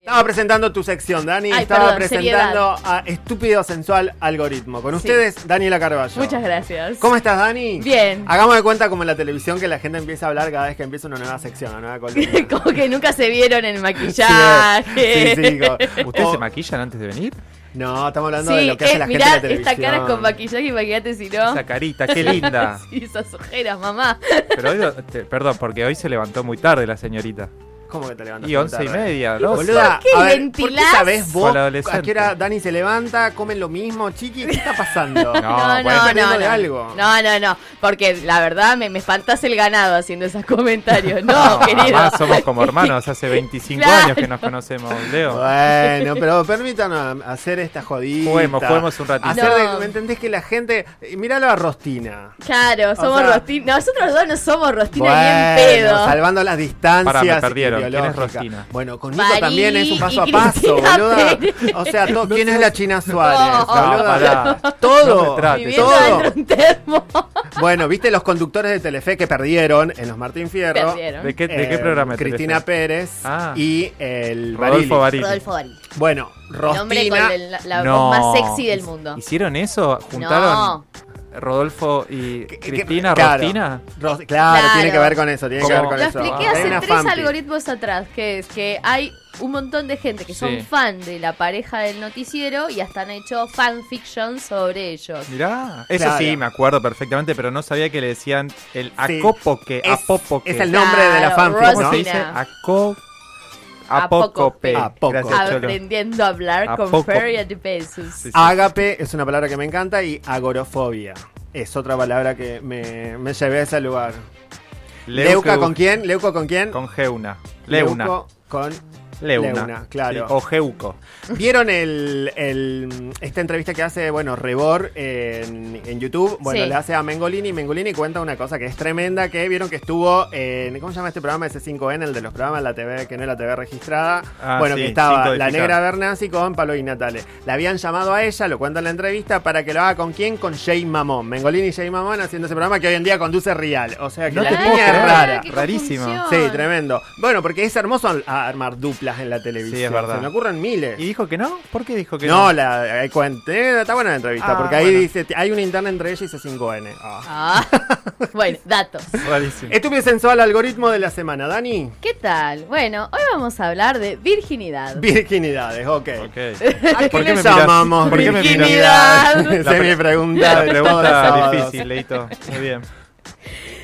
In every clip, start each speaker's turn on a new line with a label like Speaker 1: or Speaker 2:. Speaker 1: Estaba presentando tu sección, Dani.
Speaker 2: Ay,
Speaker 1: Estaba
Speaker 2: perdón,
Speaker 1: presentando a Estúpido Sensual Algoritmo. Con
Speaker 2: Sí.
Speaker 1: ustedes, Daniela Carballo.
Speaker 2: Muchas gracias.
Speaker 1: ¿Cómo Ah, estás, Dani?
Speaker 2: Bien.
Speaker 1: Hagamos de cuenta como en la televisión que la gente empieza a hablar cada vez que empieza una nueva sección, una nueva columna.
Speaker 2: Como que nunca se vieron en maquillaje.
Speaker 1: Sí, sí, como-
Speaker 3: ¿Ustedes
Speaker 1: o-
Speaker 3: se maquillan antes de venir?
Speaker 1: No, estamos hablando de
Speaker 2: Sí,
Speaker 1: lo que hace
Speaker 2: eh,
Speaker 1: la
Speaker 2: mirá
Speaker 1: gente en la televisión.
Speaker 2: esta cara con maquillaje, imagínate si no.
Speaker 3: Esa carita, qué linda.
Speaker 2: Sí, esas ojeras, mamá.
Speaker 3: Pero hoy, te- perdón, porque hoy se levantó muy tarde la señorita.
Speaker 1: ¿Cómo que te levantas?
Speaker 3: Y
Speaker 1: tan
Speaker 3: once y
Speaker 1: tarde?
Speaker 3: media, ¿no?
Speaker 1: Boluda,
Speaker 2: qué
Speaker 1: a ver, ¿por qué
Speaker 2: ventilás?
Speaker 1: sabés vos
Speaker 3: Para
Speaker 1: a qué
Speaker 3: adolescente.
Speaker 1: hora Dani se levanta, comen lo mismo? Chiqui, ¿qué está pasando?
Speaker 3: No,
Speaker 2: No,
Speaker 3: bueno,
Speaker 2: no,
Speaker 1: perdiendo
Speaker 2: no,
Speaker 1: de
Speaker 2: no.
Speaker 1: algo.
Speaker 2: No, no, no. Porque la verdad me, me faltas el ganado haciendo esos comentarios. No,
Speaker 3: No,
Speaker 2: querido.
Speaker 3: además Ah, somos como hermanos, hace 25
Speaker 2: Claro.
Speaker 3: años que nos conocemos, Leo.
Speaker 1: Bueno, pero permítanos hacer esta jodida.
Speaker 3: Juguemos, juguemos un ratito.
Speaker 1: Hacer de-
Speaker 2: No.
Speaker 1: ¿Me entendés que la gente. eh, Mirá la Rostina.
Speaker 2: Claro, somos
Speaker 1: sea-
Speaker 2: Rostina. Nosotros dos no somos Rostina ni en
Speaker 1: Bueno,
Speaker 2: pedo.
Speaker 1: salvando las distancias.
Speaker 3: Pará, me perdieron. ¿Quién es
Speaker 1: ideológicas.
Speaker 3: Rostina?
Speaker 1: Bueno, con Nico
Speaker 2: Marí
Speaker 1: también es un
Speaker 2: y
Speaker 1: paso a paso,
Speaker 2: Cristina
Speaker 1: boluda.
Speaker 2: Pérez.
Speaker 1: O sea, to- ¿quién es la China
Speaker 2: No,
Speaker 1: Suárez? boluda?
Speaker 3: pará. No
Speaker 1: Todo,
Speaker 3: me trates.
Speaker 2: Viviendo
Speaker 1: todo.
Speaker 2: adentro de un termo.
Speaker 1: Bueno, viste los conductores de Telefe que perdieron en los Martín Fierro.
Speaker 2: Perdieron.
Speaker 3: ¿De qué, de
Speaker 1: Eh,
Speaker 3: qué programa? es
Speaker 1: Cristina
Speaker 3: Telefe?
Speaker 1: Pérez
Speaker 3: Ah.
Speaker 1: y el Barili.
Speaker 3: Rodolfo Barili.
Speaker 2: Rodolfo Baril.
Speaker 1: Bueno,
Speaker 2: El hombre con
Speaker 1: Rostina.
Speaker 2: el- la, la
Speaker 3: No.
Speaker 2: voz más sexy del mundo.
Speaker 3: ¿Hicieron eso? ¿Juntaron Rodolfo y
Speaker 1: que- que-
Speaker 3: Cristina,
Speaker 1: claro.
Speaker 3: Rostina?
Speaker 1: Ros- claro,
Speaker 2: Claro.
Speaker 1: tiene que ver con eso, tiene que
Speaker 3: Como-
Speaker 1: ver con
Speaker 2: Lo
Speaker 1: eso.
Speaker 2: expliqué
Speaker 1: Ah, Hay
Speaker 2: hace
Speaker 1: una
Speaker 2: tres
Speaker 1: fanfic.
Speaker 2: algoritmos atrás, que es que hay un montón de gente que son
Speaker 3: Sí.
Speaker 2: fan de la pareja del noticiero y hasta han hecho fanfiction sobre ellos.
Speaker 3: Mirá. Eso
Speaker 1: Claro.
Speaker 3: sí, me acuerdo perfectamente, pero no sabía que le decían el acopoque,
Speaker 1: Es-
Speaker 3: apopoque.
Speaker 1: Es el nombre de la
Speaker 2: Claro,
Speaker 1: fanfic,
Speaker 3: ¿Cómo
Speaker 1: ¿no?
Speaker 3: se
Speaker 2: Rosy.
Speaker 3: dice? Aco... Apocope.
Speaker 1: Apocope.
Speaker 3: Gracias, Cholo.
Speaker 2: Aprendiendo a hablar
Speaker 3: ¿A
Speaker 2: con
Speaker 3: poco?
Speaker 2: Feria de Pesos.
Speaker 3: Sí, sí.
Speaker 1: Ágape es una palabra que me encanta y agorofobia es otra palabra que me, me llevé a ese lugar. ¿Leuca
Speaker 3: Leuco-
Speaker 1: con quién? ¿Leuco con quién?
Speaker 3: Con Geuna. Leuna.
Speaker 1: Leuco con...
Speaker 3: Leuna.
Speaker 1: Leuna, claro.
Speaker 3: Sí, o Geuco.
Speaker 1: ¿Vieron el, el- esta entrevista que hace, bueno, Rebor en, en YouTube? Bueno,
Speaker 2: Sí.
Speaker 1: le hace a Mengolini y Mengolini cuenta una cosa que es tremenda, que vieron que estuvo en, ¿cómo se llama este programa? Ese 5N, el de los programas, la TV, que no es la TV registrada.
Speaker 3: Ah,
Speaker 1: bueno,
Speaker 3: sí,
Speaker 1: que estaba
Speaker 3: sin
Speaker 1: la
Speaker 3: codificar.
Speaker 1: negra Bernasi con Pablo y Natale. La habían llamado a ella, lo cuenta en la entrevista, para que lo haga con quién? Con Jay Mamón. Mengolini y Jay Mamón haciendo ese programa que hoy en día conduce Real. O sea que
Speaker 3: No
Speaker 1: la
Speaker 3: te
Speaker 1: línea
Speaker 3: puedo
Speaker 1: es
Speaker 3: creer.
Speaker 1: rara.
Speaker 2: Ah, qué
Speaker 3: rarísima.
Speaker 2: confusión.
Speaker 1: Sí, tremendo. Bueno, porque es hermoso al- a- armar duplas en la televisión.
Speaker 3: verdad.
Speaker 1: Se me ocurren miles.
Speaker 3: ¿Y dijo que no? ¿Por qué dijo que no?
Speaker 1: No, la, eh, cuente, eh, está buena la entrevista,
Speaker 3: Ah,
Speaker 1: porque ahí
Speaker 3: bueno.
Speaker 1: dice, hay una interna entre ella y C5N. Ah.
Speaker 2: Ah, bueno, datos.
Speaker 3: Rarísimo.
Speaker 1: Estúpido y sensual algoritmo de la semana, Dani.
Speaker 2: ¿Qué tal? Bueno, hoy vamos a hablar de virginidad.
Speaker 1: Virginidades, ok.
Speaker 3: Ok.
Speaker 1: ¿A
Speaker 3: ¿Por
Speaker 1: qué
Speaker 3: qué
Speaker 1: le
Speaker 3: me mirás?
Speaker 1: llamamos
Speaker 3: ¿Por qué me mirás?
Speaker 1: virginidad?
Speaker 2: La
Speaker 1: Esa es mi
Speaker 3: pre-
Speaker 1: pregunta.
Speaker 3: La
Speaker 1: de todos los
Speaker 3: pregunta
Speaker 1: sábados.
Speaker 3: difícil, Leito. Muy bien.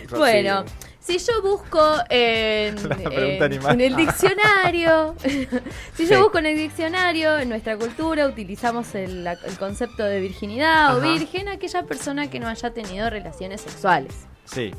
Speaker 1: Rocío.
Speaker 2: Bueno, si yo busco en,
Speaker 3: La pregunta
Speaker 2: en-
Speaker 3: animal.
Speaker 2: en el diccionario, si
Speaker 1: Sí.
Speaker 2: yo busco en el diccionario, en nuestra cultura utilizamos el, la- el concepto de virginidad o
Speaker 1: Ajá.
Speaker 2: virgen, aquella persona que no haya tenido relaciones sexuales.
Speaker 3: Sí.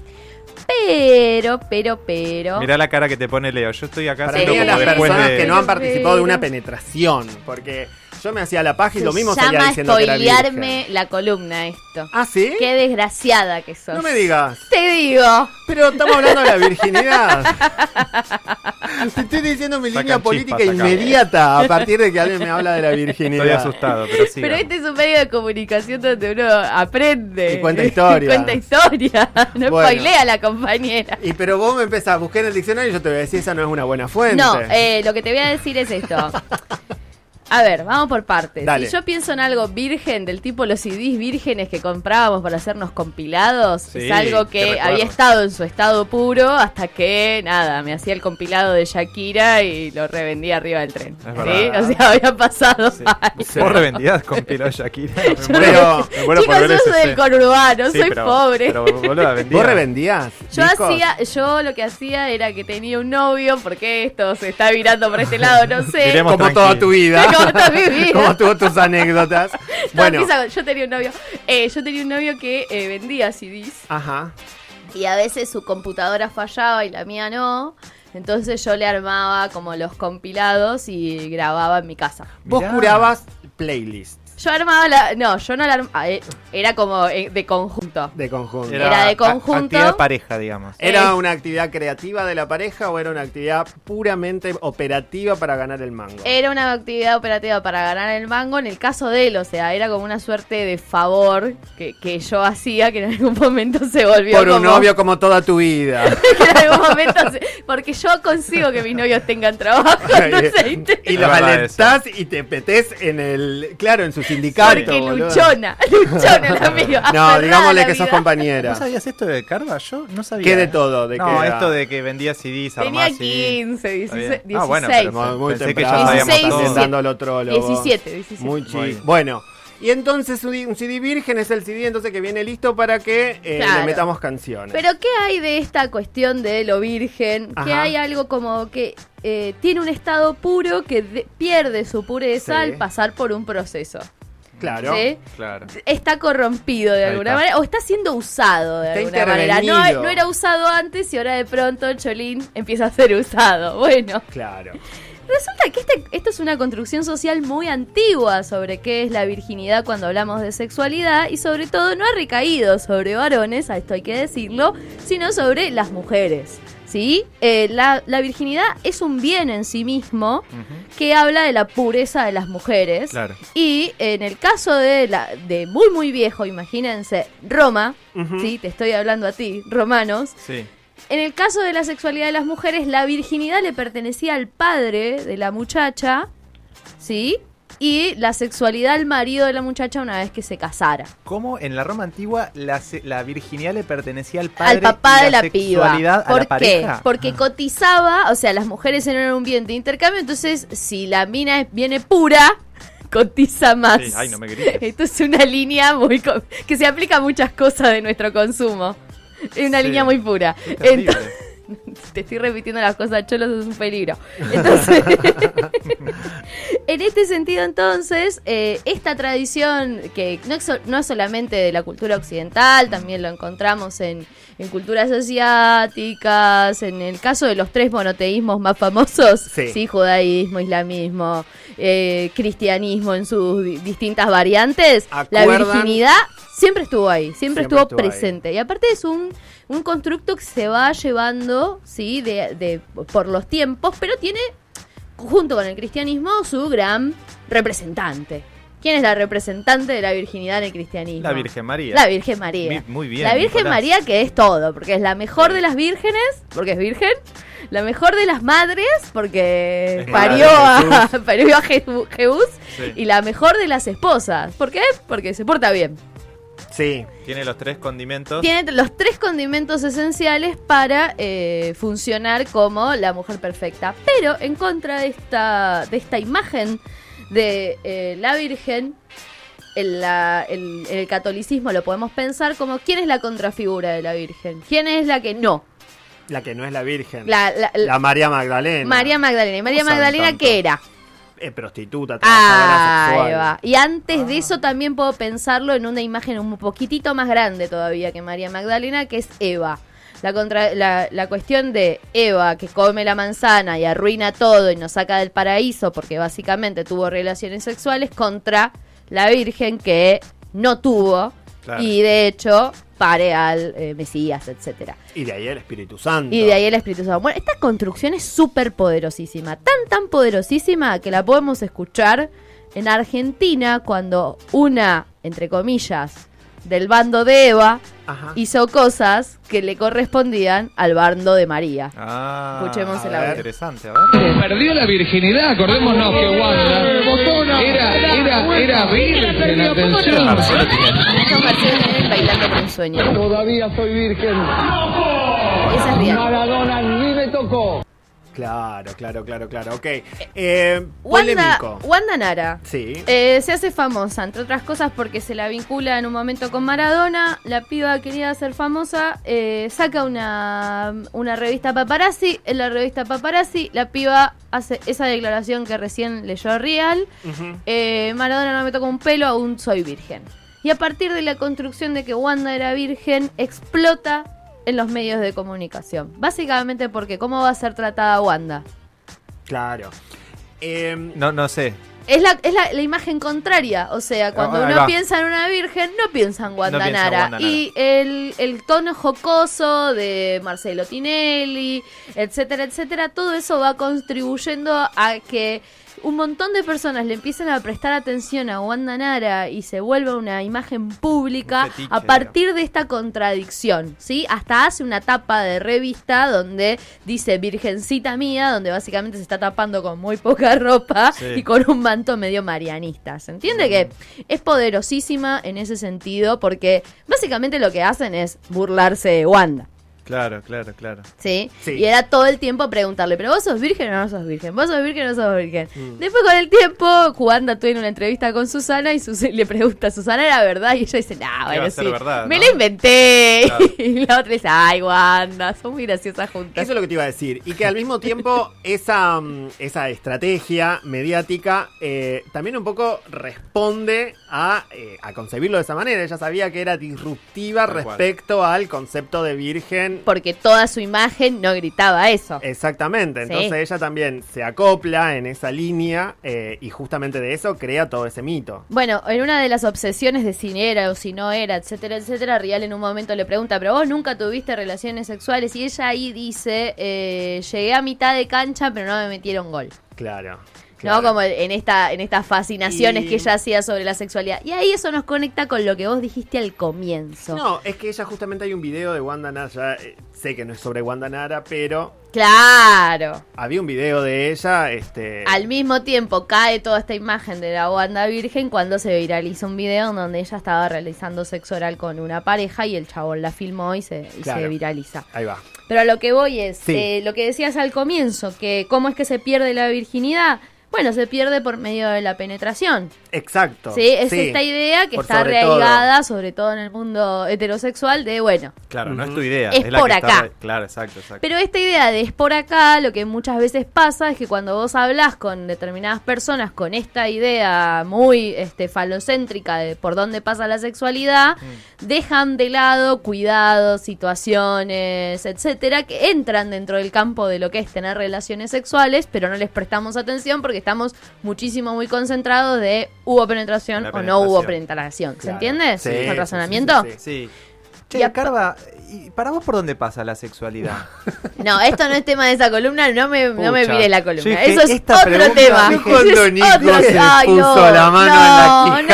Speaker 2: Pero, pero, pero...
Speaker 3: Mirá la cara que te pone Leo. Yo estoy acá
Speaker 1: Para
Speaker 3: haciendo
Speaker 1: mí a
Speaker 2: Sí,
Speaker 3: como
Speaker 1: las
Speaker 2: después
Speaker 1: personas
Speaker 3: de-
Speaker 1: que no han
Speaker 2: Pero-
Speaker 1: participado de una penetración, porque yo me hacía la paja y
Speaker 2: se
Speaker 1: lo mismo salía
Speaker 2: llama
Speaker 1: diciendo que era
Speaker 2: spoilearme
Speaker 1: virgen.
Speaker 2: la columna esto.
Speaker 1: ¿Ah, sí?
Speaker 2: Qué desgraciada que sos.
Speaker 1: No me digas.
Speaker 2: Te digo.
Speaker 1: Pero estamos hablando de la virginidad. Te estoy diciendo mi
Speaker 3: Sacan
Speaker 1: línea política
Speaker 3: chispas acá.
Speaker 1: inmediata a partir de que alguien me habla de la
Speaker 3: Estoy
Speaker 1: virginidad.
Speaker 3: asustado, pero sí.
Speaker 2: Pero este es un medio de comunicación donde uno aprende.
Speaker 1: Y cuenta historias.
Speaker 2: cuenta historia. No
Speaker 1: Bueno.
Speaker 2: spoilea a la compañera.
Speaker 1: Y pero vos me empezás a buscar en el diccionario y yo te voy a decir, esa no es una buena fuente.
Speaker 2: No, eh, lo que te voy a decir es esto. A ver, vamos por partes.
Speaker 1: Dale.
Speaker 2: Si yo pienso en algo virgen, del tipo los CDs vírgenes que comprábamos para hacernos compilados,
Speaker 3: Sí,
Speaker 2: es algo
Speaker 3: te
Speaker 2: que
Speaker 3: recuerdo.
Speaker 2: había estado en su estado puro hasta que, nada, me hacía el compilado de Shakira y lo revendía arriba del tren.
Speaker 3: Es
Speaker 2: ¿Sí?
Speaker 3: verdad.
Speaker 2: O sea, había pasado.
Speaker 3: Sí.
Speaker 2: algo.
Speaker 3: Vos revendías con Pilo Shakira.
Speaker 2: Yo
Speaker 3: Me
Speaker 1: Pero,
Speaker 3: me muero
Speaker 2: Chicos,
Speaker 3: por ver
Speaker 2: yo
Speaker 3: ese
Speaker 2: soy del
Speaker 3: set.
Speaker 2: conurbano,
Speaker 3: Sí,
Speaker 2: soy
Speaker 3: pero-
Speaker 2: pobre.
Speaker 3: Pero vos la vendías.
Speaker 1: ¿Vos revendías?
Speaker 2: Yo
Speaker 1: discos?
Speaker 2: hacía, yo lo que hacía era que tenía un novio, porque esto se está virando por este lado, no sé.
Speaker 3: Miremos
Speaker 1: Como toda
Speaker 3: Tranquilo.
Speaker 1: tu vida.
Speaker 2: Como toda mi vida.
Speaker 1: Como tuvo tus anécdotas.
Speaker 2: No,
Speaker 1: Bueno.
Speaker 2: empieza con- yo tenía un novio. eh, yo tenía un novio que eh, vendía CDs
Speaker 1: Ajá.
Speaker 2: y a veces su computadora fallaba y la mía no. Entonces yo le armaba como los compilados y grababa en mi casa.
Speaker 1: Vos
Speaker 3: Mirá.
Speaker 1: curabas playlists.
Speaker 2: Yo armaba la. No, yo no la armaba. Era como eh, de conjunto.
Speaker 1: De conjunto.
Speaker 2: Era- de
Speaker 3: a-
Speaker 2: conjunto.
Speaker 3: actividad pareja, digamos.
Speaker 1: ¿Era
Speaker 2: Es-
Speaker 1: una actividad creativa de la pareja o era una actividad puramente operativa para ganar el mango?
Speaker 2: Era una actividad operativa para ganar el mango en el caso de él, o sea, era como una suerte de favor que, que yo hacía, que en algún momento se volvió
Speaker 1: Por un
Speaker 2: como-
Speaker 1: novio como toda tu vida.
Speaker 2: que en algún momento se- porque yo consigo que mis novios tengan trabajo, entonces, ¿viste?
Speaker 1: eh, y
Speaker 3: Es
Speaker 1: los
Speaker 3: verdad
Speaker 1: alentás y te petés en el. Claro, en su sindicato.
Speaker 2: porque
Speaker 1: boludo.
Speaker 2: luchona, luchona la miro, aferrada
Speaker 1: No,
Speaker 2: a
Speaker 1: digámosle
Speaker 2: la
Speaker 1: que sos
Speaker 2: vida.
Speaker 1: compañera.
Speaker 3: ¿Vos sabías esto de Carva? Yo no sabía.
Speaker 1: ¿Qué de
Speaker 3: ¿eh?
Speaker 1: todo? ¿De
Speaker 3: no,
Speaker 1: qué era?
Speaker 3: esto de que vendía CDs,
Speaker 2: Tenía
Speaker 3: armás CDs.
Speaker 2: 15, 16,
Speaker 3: Está bien. Ah, bueno, pero
Speaker 1: Muy, muy
Speaker 3: Pensé que ya
Speaker 1: temprano.
Speaker 2: sabíamos 16, todo.
Speaker 1: también dándolo trolo. vos.
Speaker 2: 17, 17.
Speaker 1: Muy chico.
Speaker 3: Bueno.
Speaker 1: Bueno. Y entonces un un CD virgen es el CD entonces que viene listo para que eh, le
Speaker 2: Claro.
Speaker 1: metamos canciones.
Speaker 2: Pero ¿qué hay de esta cuestión de lo virgen? Que
Speaker 1: Ajá.
Speaker 2: hay algo como que eh, tiene un estado puro que de- pierde su pureza
Speaker 1: Sí.
Speaker 2: al pasar por un proceso.
Speaker 1: claro.
Speaker 2: ¿sí?
Speaker 3: Claro.
Speaker 2: Está corrompido de
Speaker 3: Ahí
Speaker 2: alguna
Speaker 3: está.
Speaker 2: manera o está siendo usado de
Speaker 1: Está
Speaker 2: alguna manera.
Speaker 1: intervenido.
Speaker 2: No, no era usado antes y ahora de pronto Cholín empieza a ser usado. Bueno,
Speaker 1: Claro.
Speaker 2: resulta que este- esto es una construcción social muy antigua sobre qué es la virginidad cuando hablamos de sexualidad y sobre todo no ha recaído sobre varones, a esto hay que decirlo, sino sobre las mujeres. ¿Sí? Eh, la, la virginidad es un bien en sí mismo
Speaker 3: Ujú.
Speaker 2: que habla de la pureza de las mujeres.
Speaker 3: Claro.
Speaker 2: Y en el caso de la de muy muy viejo, imagínense, Roma,
Speaker 1: Ujú.
Speaker 2: sí, te estoy hablando a ti, romanos.
Speaker 3: Sí.
Speaker 2: En el caso de la sexualidad de las mujeres, la virginidad le pertenecía al padre de la muchacha, ¿sí? Y la sexualidad al marido de la muchacha una vez que se casara.
Speaker 3: ¿Cómo en la Roma antigua la, se- la virginidad le pertenecía al padre?
Speaker 2: al papá
Speaker 3: y
Speaker 2: de la piba.
Speaker 3: sexualidad a
Speaker 2: ¿Por
Speaker 3: la
Speaker 2: qué?
Speaker 3: pareja? Ah.
Speaker 2: Porque cotizaba, o sea, las mujeres eran un bien de intercambio, entonces si la mina es- viene pura, cotiza más.
Speaker 3: Sí, ay, no me grites.
Speaker 2: Esto es una línea muy co- que se aplica a muchas cosas de nuestro consumo. Es una
Speaker 3: Sí.
Speaker 2: línea muy pura.
Speaker 3: Qué terrible.
Speaker 2: Entonces- te estoy repitiendo las cosas, cholos es un peligro. Entonces, en este sentido, entonces, eh, esta tradición que no es, so- no es solamente de la cultura occidental, también lo encontramos en, en culturas asiáticas, en el caso de los tres monoteísmos más famosos,
Speaker 1: Sí.
Speaker 2: sí, judaísmo, islamismo, eh, cristianismo en sus di- distintas variantes, la
Speaker 1: Acuerdan-
Speaker 2: virginidad siempre estuvo ahí, siempre,
Speaker 1: Siempre
Speaker 2: estuvo,
Speaker 1: estuvo ahí.
Speaker 2: presente. Y aparte es un un constructo que se va llevando, sí, de, de- por los tiempos, pero tiene, junto con el cristianismo, su gran representante. ¿Quién es la representante de la virginidad en el cristianismo?
Speaker 3: La Virgen María.
Speaker 2: La Virgen María.
Speaker 3: Mi- muy bien,
Speaker 2: La Virgen
Speaker 3: Nicolás.
Speaker 2: María que es todo, porque es la mejor de las vírgenes, porque es virgen, la mejor de las madres, porque
Speaker 3: Es
Speaker 2: parió
Speaker 1: madre de
Speaker 2: a, parió a Jesu- Jesús,
Speaker 3: Sí.
Speaker 2: y la mejor de las esposas. ¿Por qué? Porque se porta bien.
Speaker 1: Sí.
Speaker 3: Tiene los tres condimentos.
Speaker 2: Tiene los tres condimentos esenciales para eh, funcionar como la mujer perfecta. Pero en contra de esta, de esta imagen de eh, la Virgen, en, la- en- en el catolicismo lo podemos pensar como quién es la contrafigura de la Virgen, quién es la que no.
Speaker 1: La que no es la virgen.
Speaker 2: La, la- la-
Speaker 1: La María Magdalena.
Speaker 2: María Magdalena. ¿Y María
Speaker 3: No saben
Speaker 2: Magdalena
Speaker 3: tanto.
Speaker 2: qué era?
Speaker 1: Eh, prostituta, trabajadora
Speaker 2: Ah, Ahí
Speaker 1: sexual. Ah.
Speaker 2: va. Y antes de eso también puedo pensarlo en una imagen un poquitito más grande todavía que María Magdalena, que es Eva. La, contra- la, la cuestión de Eva que come la manzana y arruina todo y nos saca del paraíso porque básicamente tuvo relaciones sexuales contra la Virgen que no tuvo
Speaker 3: Claro.
Speaker 2: y de hecho pare al eh, Mesías, etcétera.
Speaker 1: Y de ahí el Espíritu Santo.
Speaker 2: Y de ahí el Espíritu Santo. Bueno, esta construcción es súper poderosísima. Tan, tan poderosísima que la podemos escuchar en Argentina cuando una, entre comillas, del bando de Eva
Speaker 1: Ajá.
Speaker 2: hizo cosas que le correspondían al bando de María.
Speaker 3: Ah,
Speaker 2: Escuchemos el
Speaker 3: a ver,
Speaker 2: audio.
Speaker 3: Interesante, a ver.
Speaker 4: Perdió la virginidad, acordémonos que Wanda era, era, era virgen, atención.
Speaker 1: Ah.
Speaker 2: Estas versiones bailando por un sueño.
Speaker 4: Todavía soy virgen.
Speaker 2: Esa es real.
Speaker 4: Maradona ni me tocó.
Speaker 1: Claro, claro, claro, claro. Ok. Eh,
Speaker 2: Wanda,
Speaker 1: polémico.
Speaker 2: Wanda Nara.
Speaker 1: Sí.
Speaker 2: Eh, se hace famosa, entre otras cosas, porque se la vincula en un momento con Maradona. La piba quería ser famosa, eh, saca una, una revista paparazzi. En la revista paparazzi, la piba hace esa declaración que recién leyó Real.
Speaker 1: Ujú.
Speaker 2: Eh, Maradona no me toca un pelo, aún soy virgen. Y a partir de la construcción de que Wanda era virgen, explota en los medios de comunicación. Básicamente porque, ¿cómo va a ser tratada Wanda?
Speaker 1: Claro. Eh,
Speaker 2: Mm.
Speaker 3: No, no sé.
Speaker 2: Es, la, es la, la imagen contraria, o sea, cuando
Speaker 3: Ah, ahí
Speaker 2: uno
Speaker 3: va.
Speaker 2: piensa en una virgen, no piensa en Guandanara.
Speaker 3: Guandanara.
Speaker 2: y el, el tono jocoso de Marcelo Tinelli, etcétera, etcétera, todo eso va contribuyendo a que un montón de personas le empiecen a prestar atención a Guandanara y se vuelva una imagen pública
Speaker 3: Un fetiche,
Speaker 2: a partir de esta contradicción, ¿sí? Hasta hace una tapa de revista donde dice Virgencita mía, donde básicamente se está tapando con muy poca ropa
Speaker 3: Sí.
Speaker 2: y con un manto medio marianista. ¿Se entiende que es poderosísima en ese sentido? Porque básicamente lo que hacen es burlarse de Wanda.
Speaker 3: Claro, claro, claro.
Speaker 2: ¿Sí?
Speaker 1: Sí.
Speaker 2: Y era todo el tiempo preguntarle, pero vos sos virgen o no sos virgen, vos sos virgen o no sos virgen.
Speaker 3: Mm.
Speaker 2: Después con el tiempo, Wanda tuvo una entrevista con Susana y Sus- le pregunta, ¿Susana era verdad? Y ella dice, no, bueno,
Speaker 3: a ser
Speaker 2: sí,
Speaker 3: verdad,
Speaker 2: me
Speaker 3: ¿no?
Speaker 2: la inventé.
Speaker 3: Claro.
Speaker 2: Y la otra dice, ay, Wanda, son muy graciosas juntas.
Speaker 1: Eso es lo que te iba a decir. Y que al mismo tiempo esa, mm, esa estrategia mediática eh, también un poco responde a, eh, a concebirlo de esa manera. Ella sabía que era disruptiva
Speaker 3: Tal cual.
Speaker 1: respecto al concepto de virgen.
Speaker 2: Porque toda su imagen no gritaba eso.
Speaker 3: Eh.
Speaker 1: Exactamente,
Speaker 2: Sí.
Speaker 1: entonces ella también se acopla en esa línea eh, y justamente de eso crea todo ese mito.
Speaker 2: Bueno, en una de las obsesiones de si era o si no era, etcétera, etcétera, Rial en un momento le pregunta, pero vos nunca tuviste relaciones sexuales y ella ahí dice, eh, llegué a mitad de cancha pero no me metieron gol.
Speaker 1: Claro.
Speaker 2: ¿No?
Speaker 1: claro.
Speaker 2: Como en esta en estas fascinaciones
Speaker 1: Y-
Speaker 2: que ella hacía sobre la sexualidad. Y ahí eso nos conecta con lo que vos dijiste al comienzo.
Speaker 1: No, es que ella justamente hay un video de Wanda Nara, ya, eh, sé que no es sobre Wanda Nara, pero
Speaker 2: Claro.
Speaker 1: había un video de ella, este...
Speaker 2: Al mismo tiempo cae toda esta imagen de la Wanda Virgen cuando se viraliza un video en donde ella estaba realizando sexo oral con una pareja y el chabón la filmó y se, y se
Speaker 1: Claro.
Speaker 2: viraliza.
Speaker 1: Ahí va.
Speaker 2: Pero a lo que voy es,
Speaker 1: Sí.
Speaker 2: eh, lo que decías al comienzo, que cómo es que se pierde la virginidad. Bueno, se pierde por medio de la penetración.
Speaker 1: Exacto.
Speaker 2: ¿sí? Es esta idea que
Speaker 1: Por
Speaker 2: está
Speaker 1: sobre todo.
Speaker 2: arraigada, sobre todo en el mundo heterosexual, de bueno.
Speaker 3: Claro, no es
Speaker 1: Ujú.
Speaker 3: tu idea.
Speaker 2: Es
Speaker 3: la
Speaker 2: por
Speaker 3: que
Speaker 2: acá.
Speaker 3: re- Claro, exacto, exacto.
Speaker 2: Pero esta idea de es por acá, lo que muchas veces pasa es que cuando vos hablas con determinadas personas con esta idea muy este, falocéntrica de por dónde pasa la sexualidad,
Speaker 1: Mm.
Speaker 2: dejan de lado cuidados, situaciones, etcétera, que entran dentro del campo de lo que es tener relaciones sexuales, pero no les prestamos atención porque estamos muchísimo muy concentrados de hubo penetración
Speaker 3: La
Speaker 2: o no hubo penetración.
Speaker 3: penetración.
Speaker 2: ¿Se
Speaker 1: Claro.
Speaker 2: entiende?
Speaker 1: Sí,
Speaker 2: ¿Con
Speaker 1: sí, sí,
Speaker 2: razonamiento?
Speaker 1: sí, sí.
Speaker 3: Sí.
Speaker 2: Y
Speaker 3: Che,
Speaker 2: a-
Speaker 3: Carva, ¿y ¿para vos por dónde pasa la sexualidad?
Speaker 2: No, esto no es tema de esa columna, no me, no me
Speaker 3: Pucha.
Speaker 2: mire la
Speaker 3: Yo
Speaker 2: columna.
Speaker 3: dije,
Speaker 2: Eso es
Speaker 3: esta
Speaker 2: otro
Speaker 3: pregunta-
Speaker 2: tema.
Speaker 3: Yo
Speaker 2: Ese es otro- Ay, no, no, no, no.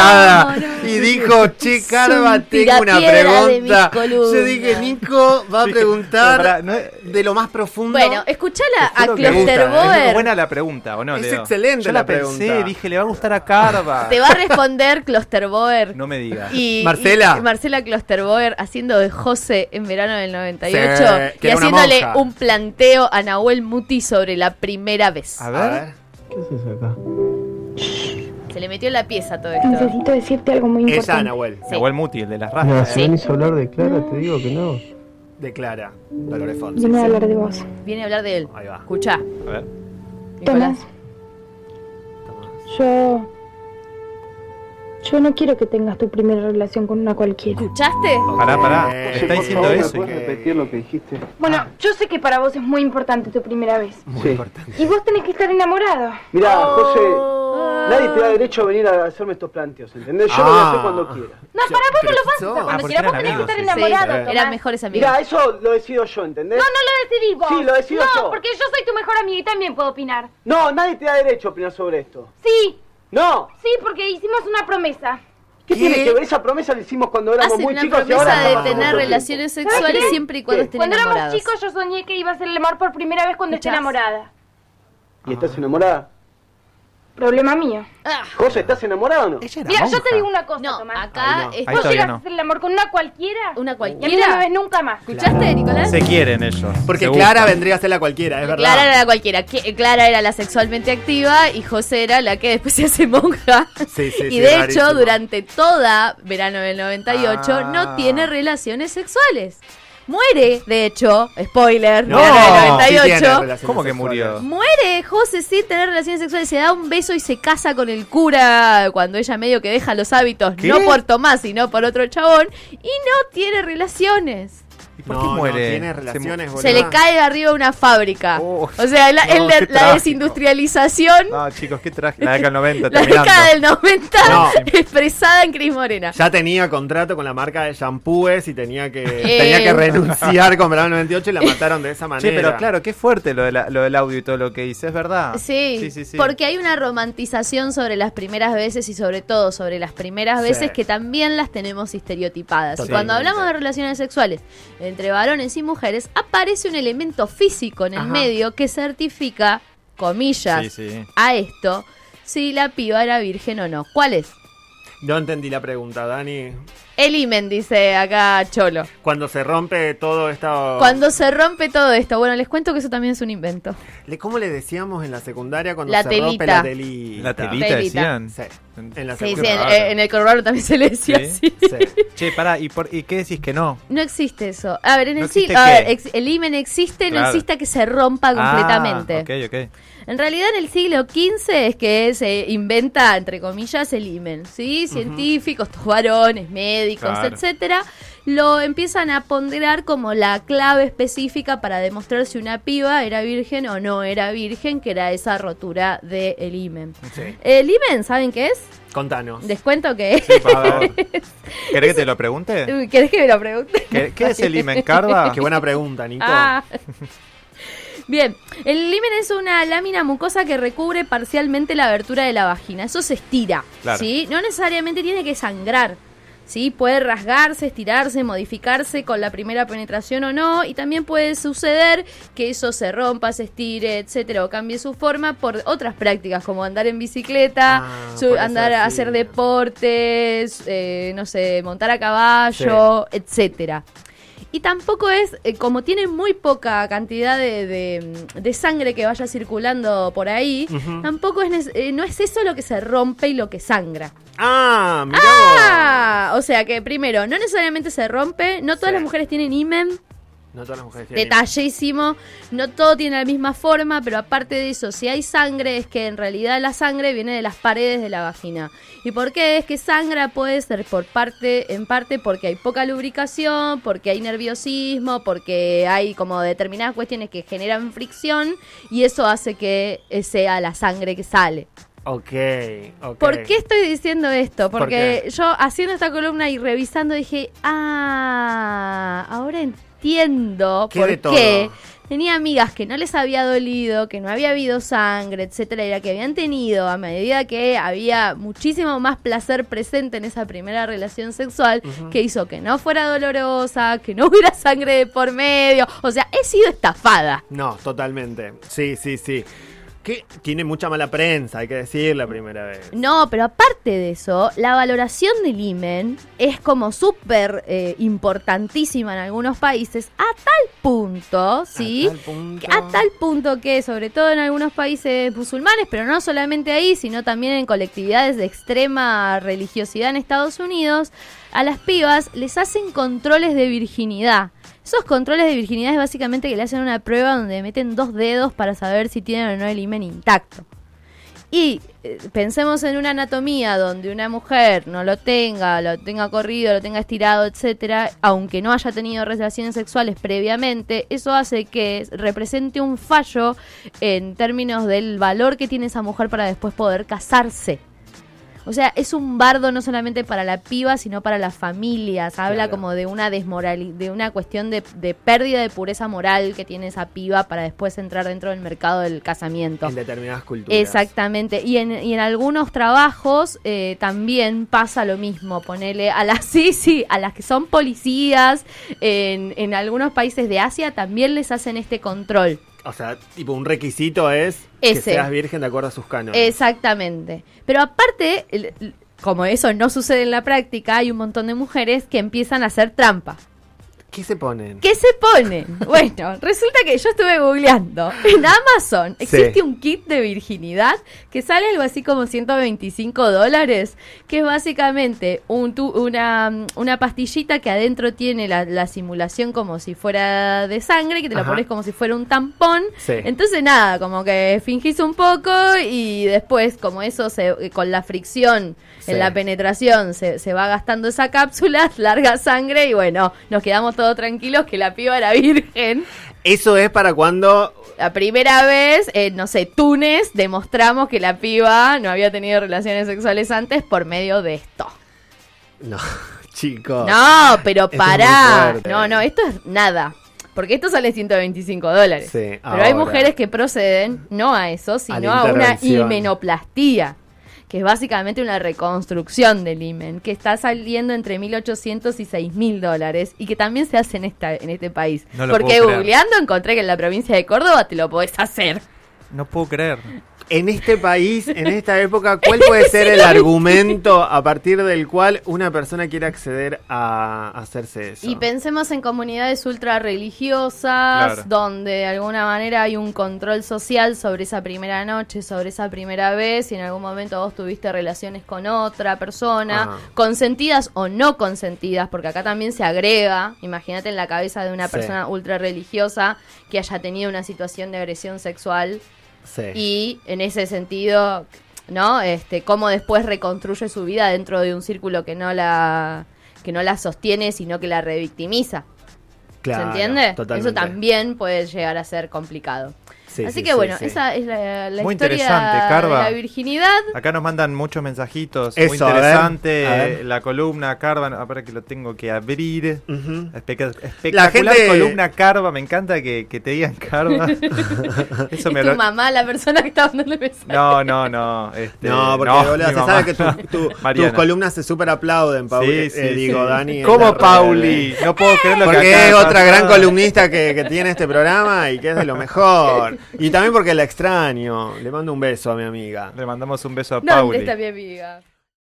Speaker 1: che,
Speaker 2: Carva, un tengo una tirapiedra de pregunta". mis columnas. Yo dije,
Speaker 1: Nico va a preguntar
Speaker 3: No, pará, no es-
Speaker 1: de lo más profundo.
Speaker 2: Bueno, escuchala
Speaker 3: Te
Speaker 2: a
Speaker 3: juro que me gusta, Es muy
Speaker 2: Klosterboer.
Speaker 3: buena la pregunta, ¿o no?
Speaker 1: Es
Speaker 3: Leo?
Speaker 1: excelente
Speaker 3: Yo
Speaker 1: la
Speaker 3: la pensé,
Speaker 1: pregunta.
Speaker 3: dije, le va a gustar a Carva.
Speaker 2: Te va a responder Klosterboer.
Speaker 3: No me digas.
Speaker 2: Y,
Speaker 1: Marcela.
Speaker 2: y Marcela Klosterboer haciendo de José en verano del 98
Speaker 1: Sí, que
Speaker 2: y
Speaker 1: era una
Speaker 2: haciéndole
Speaker 1: monja.
Speaker 2: un planteo a Nahuel Muti sobre la primera vez.
Speaker 3: A
Speaker 1: a
Speaker 3: ver.
Speaker 1: ver.
Speaker 2: Se le metió en la pieza todo esto.
Speaker 5: Necesito decirte algo muy
Speaker 1: Es
Speaker 5: importante.
Speaker 1: Anahuel,
Speaker 2: Sí.
Speaker 3: Nahuel Muti, el de las ¿eh?
Speaker 6: No,
Speaker 3: rastas.
Speaker 6: si venís a hablar de Clara, te digo que no.
Speaker 1: declara Dolores Fonsi.
Speaker 5: Vine a hablar de vos.
Speaker 2: Viene a hablar de él.
Speaker 1: Ahí va.
Speaker 2: Escuchá,
Speaker 3: A ver.
Speaker 2: Nicolás.
Speaker 5: Tomás, yo. Yo no quiero que tengas tu primera relación con una cualquiera.
Speaker 2: ¿Escuchaste?
Speaker 3: Pará, pará.
Speaker 1: Eh,
Speaker 3: ¿Está
Speaker 1: por
Speaker 3: diciendo
Speaker 1: favor,
Speaker 3: eso?
Speaker 1: ¿me puedes repetir
Speaker 6: lo que dijiste?
Speaker 5: Bueno, yo sé que para vos es muy importante tu primera vez.
Speaker 6: Muy importante.
Speaker 5: Y vos tenés que estar enamorado.
Speaker 6: Mirá,
Speaker 2: Oh.
Speaker 6: José, nadie te da derecho a venir a hacerme estos planteos, ¿entendés? Yo lo voy a hacer
Speaker 1: Ah.
Speaker 6: cuando quiera.
Speaker 5: No, para vos no lo vas a hacer
Speaker 1: Ah,
Speaker 5: cuando
Speaker 3: porque
Speaker 5: quieras. Vos
Speaker 3: eran
Speaker 5: tenés que estar
Speaker 3: amigos, sí.
Speaker 5: enamorado.
Speaker 3: Sí,
Speaker 5: Tomás.
Speaker 2: Eran mejores amigos.
Speaker 6: Mirá, eso lo decido yo, ¿entendés?
Speaker 5: No, no lo decidís vos.
Speaker 6: Sí, lo decido
Speaker 5: No,
Speaker 6: yo.
Speaker 5: porque yo soy tu mejor amiga y también puedo opinar.
Speaker 6: no. nadie te da derecho a opinar sobre esto.
Speaker 5: Sí,
Speaker 6: ¡No!
Speaker 5: sí, porque hicimos una promesa.
Speaker 6: ¿Qué,
Speaker 1: ¿Qué?
Speaker 6: tiene que ver? Esa promesa la hicimos cuando éramos
Speaker 2: Hacen
Speaker 6: muy
Speaker 2: una
Speaker 6: chicos y ahora
Speaker 2: promesa de
Speaker 6: estamos
Speaker 2: tener
Speaker 6: juntos.
Speaker 2: relaciones sexuales
Speaker 5: ¿Sabes qué?
Speaker 2: siempre y cuando
Speaker 6: Sí.
Speaker 2: estén
Speaker 5: Cuando éramos
Speaker 2: enamorados.
Speaker 5: chicos yo soñé que iba a hacer el amor por primera vez cuando esté
Speaker 2: Escuchás.
Speaker 5: enamorada.
Speaker 6: ¿Y estás enamorada?
Speaker 5: Problema mío.
Speaker 2: Ah,
Speaker 6: José, ¿estás enamorada o no?
Speaker 3: Ella era
Speaker 5: Mira, yo
Speaker 3: monja.
Speaker 5: te digo una cosa,
Speaker 2: no,
Speaker 5: Tomás.
Speaker 2: acá
Speaker 1: Ahí
Speaker 2: está
Speaker 3: Ahí
Speaker 5: Vos
Speaker 3: todavía
Speaker 5: llegas a
Speaker 3: no.
Speaker 5: hacer el amor con una cualquiera.
Speaker 2: una
Speaker 5: Y a mí no me
Speaker 2: cualquiera.
Speaker 5: ves nunca más.
Speaker 2: ¿Escuchaste, Nicolás?
Speaker 3: Se quieren ellos.
Speaker 1: Porque
Speaker 3: seguro.
Speaker 1: Clara vendría a ser la cualquiera, es verdad.
Speaker 2: Clara era la cualquiera. que- Clara era la sexualmente activa y José era la que después se hace monja.
Speaker 1: Sí, sí,
Speaker 2: y
Speaker 1: sí,
Speaker 2: de
Speaker 1: rarísimo.
Speaker 2: hecho, durante toda verano del 98 no
Speaker 3: Ah.
Speaker 2: tiene relaciones sexuales. Muere, de hecho, spoiler,
Speaker 1: No, sí
Speaker 2: verano del
Speaker 1: tiene
Speaker 2: 98.
Speaker 1: relaciones
Speaker 3: ¿Cómo que
Speaker 1: sexuales.
Speaker 3: murió?
Speaker 2: Muere José sin tener relaciones sexuales, se da un beso y se casa con el cura cuando ella medio que deja los hábitos,
Speaker 3: ¿Qué?
Speaker 2: no por Tomás, sino por otro chabón, y no tiene relaciones.
Speaker 3: ¿Y por
Speaker 1: No,
Speaker 3: qué
Speaker 1: no,
Speaker 3: muere?
Speaker 1: tiene
Speaker 3: Se mu-
Speaker 1: relaciones, boludo.
Speaker 2: Se le cae arriba una fábrica.
Speaker 3: Oh.
Speaker 2: o sea, la,
Speaker 3: No,
Speaker 2: el de-
Speaker 3: qué
Speaker 2: la
Speaker 3: trágico.
Speaker 2: desindustrialización,
Speaker 3: No, chicos, qué traje. La década del 90,
Speaker 2: la
Speaker 3: terminando.
Speaker 2: década del 90,
Speaker 1: No.
Speaker 2: expresada en Cris Morena.
Speaker 1: Ya tenía contrato con la marca de shampoos y tenía que,
Speaker 2: Eh.
Speaker 1: tenía que renunciar con Verano 98 y la mataron de esa manera.
Speaker 3: Che, pero claro, qué fuerte lo, de la- lo del audio y todo lo que dice, es verdad.
Speaker 2: Sí, porque hay una romantización sobre las primeras veces y sobre todo sobre las primeras
Speaker 1: Sí.
Speaker 2: veces que también las tenemos estereotipadas. Y
Speaker 1: Totalmente.
Speaker 2: cuando hablamos de relaciones sexuales entre varones y mujeres, aparece un elemento físico en el
Speaker 1: Ajá.
Speaker 2: medio que certifica, comillas,
Speaker 3: Sí, sí.
Speaker 2: a esto si la piba era virgen o no. ¿Cuál es?
Speaker 1: No entendí la pregunta, Dani.
Speaker 2: El imen, dice acá Cholo.
Speaker 1: Cuando se rompe todo
Speaker 3: Oh.
Speaker 1: esto...
Speaker 2: Cuando se rompe todo esto, bueno, les cuento que eso también es un invento.
Speaker 1: Le- ¿Cómo le decíamos en la secundaria cuando
Speaker 2: La
Speaker 1: se
Speaker 2: telita.
Speaker 1: rompe la telita?
Speaker 3: La telita,
Speaker 2: Telita.
Speaker 3: decían.
Speaker 1: Sí, en la
Speaker 2: Sí, eh. sí,
Speaker 1: secundaria.
Speaker 2: en,
Speaker 3: raro.
Speaker 2: en el corredor también se le decía
Speaker 3: Sí.
Speaker 2: así.
Speaker 1: Sí.
Speaker 3: Che, pará, ¿y, por, ¿y qué decís que no?
Speaker 2: No existe eso. A ver, en
Speaker 3: ¿No
Speaker 2: el, sí-
Speaker 3: existe
Speaker 2: a
Speaker 3: qué?
Speaker 2: ver, ex- el himen existe, no
Speaker 3: Claro.
Speaker 2: existe que se rompa Ah, completamente.
Speaker 3: Ah, ok, ok.
Speaker 2: En realidad en el siglo XV es que se inventa, entre comillas, el himen. ¿sí? Científicos, estos varones, médicos,
Speaker 3: Claro.
Speaker 2: etcétera, lo empiezan a ponderar como la clave específica para demostrar si una piba era virgen o no era virgen, que era esa rotura del himen.
Speaker 1: Sí.
Speaker 2: El himen, ¿saben qué es?
Speaker 1: Contanos.
Speaker 2: ¿Les cuento qué es?
Speaker 3: Sí, pa- ¿Querés que te lo pregunte?
Speaker 2: ¿Querés que me lo pregunte?
Speaker 3: ¿Qué, qué es el Imencarda?
Speaker 1: Qué buena pregunta, Nico.
Speaker 2: Ah. Bien, el limen es una lámina mucosa que recubre parcialmente la abertura de la vagina. Eso se estira,
Speaker 3: Claro.
Speaker 2: ¿sí? No necesariamente tiene que sangrar, ¿sí? Puede rasgarse, estirarse, modificarse con la primera penetración o no. Y también puede suceder que eso se rompa, se estire, etcétera, o cambie su forma por otras prácticas, como andar en bicicleta,
Speaker 1: Ah,
Speaker 2: su-
Speaker 1: por eso
Speaker 2: andar a hacer
Speaker 1: decía.
Speaker 2: deportes, eh, no sé, montar a caballo, etcétera. Y tampoco es, eh, como tiene muy poca cantidad de, de- de sangre que vaya circulando por ahí,
Speaker 1: Ujú.
Speaker 2: tampoco es, nes- eh, no es eso lo que se rompe y lo que sangra.
Speaker 1: Ah, mirá
Speaker 2: Ah, o sea que primero, no necesariamente se rompe, no todas
Speaker 1: Sí.
Speaker 2: las mujeres tienen imen,
Speaker 1: vos. No todas las mujeres tienen-
Speaker 2: detallísimo, no todo tiene la misma forma, pero aparte de eso, si hay sangre es que en realidad la sangre viene de las paredes de la vagina. ¿Y por qué es que sangra? Puede ser por parte, en parte porque hay poca lubricación, porque hay nerviosismo, porque hay como determinadas cuestiones que generan fricción y eso hace que eh, sea la sangre que sale.
Speaker 1: Ok, ok.
Speaker 2: ¿Por qué estoy diciendo esto?
Speaker 1: ¿Por
Speaker 2: Porque yo haciendo esta columna y revisando dije, ah, ahora entiendo
Speaker 1: ¿Qué
Speaker 2: por
Speaker 1: de todo?
Speaker 2: qué tenía amigas que no les había dolido, que no había habido sangre, etcétera, y la que habían tenido a medida que había muchísimo más placer presente en esa primera relación sexual, que hizo que no fuera dolorosa, que no hubiera sangre de por medio. O sea, he sido estafada.
Speaker 1: No, totalmente. Sí, sí, sí. Que tiene mucha mala prensa, hay que decir la primera vez.
Speaker 2: No, pero aparte de eso, la valoración del IMEN es como súper eh, importantísima en algunos países, a tal punto, ¿sí?
Speaker 1: tal punto.
Speaker 2: Que- A tal punto que, sobre todo en algunos países musulmanes, pero no solamente ahí, sino también en colectividades de extrema religiosidad en Estados Unidos, a las pibas les hacen controles de virginidad. Esos controles de virginidad es básicamente que le hacen una prueba donde meten dos dedos para saber si tienen o no el imen intacto. Y eh, pensemos en una anatomía donde una mujer no lo tenga, lo tenga corrido, lo tenga estirado, etcétera, aunque no haya tenido relaciones sexuales previamente, eso hace que represente un fallo en términos del valor que tiene esa mujer para después poder casarse. O sea, es un bardo no solamente para la piba, sino para las familias. Habla
Speaker 1: Claro.
Speaker 2: como de una desmoral, de una cuestión de, de pérdida de pureza moral que tiene esa piba para después entrar dentro del mercado del casamiento.
Speaker 1: En determinadas culturas.
Speaker 2: Exactamente, y en, y en algunos trabajos eh, también pasa lo mismo, ponele a las, sí, sí, a las que son policías, en, en algunos países de Asia también les hacen este control.
Speaker 1: O sea, tipo, un requisito es que
Speaker 2: Ese.
Speaker 1: seas virgen de acuerdo a sus cánones.
Speaker 2: Exactamente, pero aparte, el- el- como eso no sucede en la práctica, hay un montón de mujeres que empiezan a hacer trampa.
Speaker 1: ¿Qué se ponen?
Speaker 2: ¿Qué se pone? Bueno, resulta que yo estuve googleando. En Amazon
Speaker 1: Sí.
Speaker 2: existe un kit de virginidad que sale algo así como 125 dólares, que es básicamente un tu- una, una pastillita que adentro tiene la, la simulación como si fuera de sangre, que te la
Speaker 1: Ajá.
Speaker 2: pones como si fuera un tampón.
Speaker 1: Sí.
Speaker 2: Entonces nada, como que fingís un poco y después como eso se, con la fricción
Speaker 1: Sí.
Speaker 2: en la penetración se, se va gastando esa cápsula, larga sangre y bueno, nos quedamos todos todos tranquilos que la piba era virgen.
Speaker 1: Eso es para cuando.
Speaker 2: La primera vez, en, no sé, Túnez, demostramos que la piba no había tenido relaciones sexuales antes por medio de esto.
Speaker 1: No, chicos.
Speaker 2: No, pero
Speaker 1: Esto es muy
Speaker 2: pará.
Speaker 1: fuerte.
Speaker 2: No, no, esto es nada. Porque esto sale 125 dólares.
Speaker 1: Sí,
Speaker 2: pero
Speaker 1: ahora.
Speaker 2: hay mujeres que proceden no a eso, sino a, una
Speaker 1: intervención.
Speaker 2: himenoplastía, que es básicamente una reconstrucción del himen, que está saliendo entre 1.800 y 6.000 dólares y que también se hace en, esta, en este país.
Speaker 3: No lo
Speaker 2: Porque
Speaker 3: puedo creer.
Speaker 2: googleando encontré que en la provincia de Córdoba te lo podés hacer.
Speaker 3: No puedo creer.
Speaker 1: En este país, en esta época, ¿cuál puede ser el argumento a partir del cual una persona quiere acceder a hacerse eso?
Speaker 2: Y pensemos en comunidades ultra religiosas,
Speaker 3: Claro.
Speaker 2: donde de alguna manera hay un control social sobre esa primera noche, sobre esa primera vez, y en algún momento vos tuviste relaciones con otra persona,
Speaker 1: Ajá.
Speaker 2: consentidas o no consentidas, porque acá también se agrega, imagínate en la cabeza de una
Speaker 1: Sí.
Speaker 2: persona ultra religiosa que haya tenido una situación de agresión sexual
Speaker 1: Sí.
Speaker 2: y en ese sentido, ¿no? Este, cómo después reconstruye su vida dentro de un círculo que no la que no la sostiene, sino que la revictimiza.
Speaker 1: Claro,
Speaker 2: ¿Se entiende?
Speaker 1: totalmente.
Speaker 2: Eso también puede llegar a ser complicado.
Speaker 1: Sí,
Speaker 2: Así
Speaker 1: sí,
Speaker 2: que
Speaker 1: sí,
Speaker 2: bueno,
Speaker 1: sí.
Speaker 2: esa es la, la
Speaker 3: Muy
Speaker 2: historia
Speaker 3: interesante,
Speaker 2: de
Speaker 3: Carva.
Speaker 2: la virginidad.
Speaker 3: Acá nos mandan muchos mensajitos.
Speaker 1: Eso,
Speaker 3: Muy
Speaker 1: a ver,
Speaker 3: interesante.
Speaker 1: a ver.
Speaker 3: La columna Carva. Ahora que lo tengo que abrir.
Speaker 1: Ujú.
Speaker 3: Especa-
Speaker 1: La
Speaker 3: espectacular
Speaker 1: gente-
Speaker 3: columna Carva. Me encanta que, que te digan Carva. Eso
Speaker 2: Es
Speaker 3: me
Speaker 2: tu
Speaker 3: lo...
Speaker 2: mamá la persona que está dándole mensaje.
Speaker 3: No, no, no. este,
Speaker 1: No, porque boludo,
Speaker 3: mi
Speaker 1: se
Speaker 3: mamá.
Speaker 1: sabe que tu- tu- tus
Speaker 3: Mariana.
Speaker 1: columnas se super aplauden, Pauli.
Speaker 3: Sí, sí,
Speaker 1: eh,
Speaker 3: sí.
Speaker 1: digo, Dani. en la
Speaker 3: ¿Cómo
Speaker 1: red.
Speaker 3: Pauli? No puedo creer lo que
Speaker 1: Porque
Speaker 3: acaba
Speaker 1: es
Speaker 3: de
Speaker 1: otra
Speaker 3: pasar.
Speaker 1: gran columnista que, que tiene este programa y que es de lo mejor. Y también porque la extraño. Le mando un beso a mi amiga.
Speaker 3: Le mandamos un beso a
Speaker 2: ¿Dónde
Speaker 3: Pauli.
Speaker 2: está mi amiga?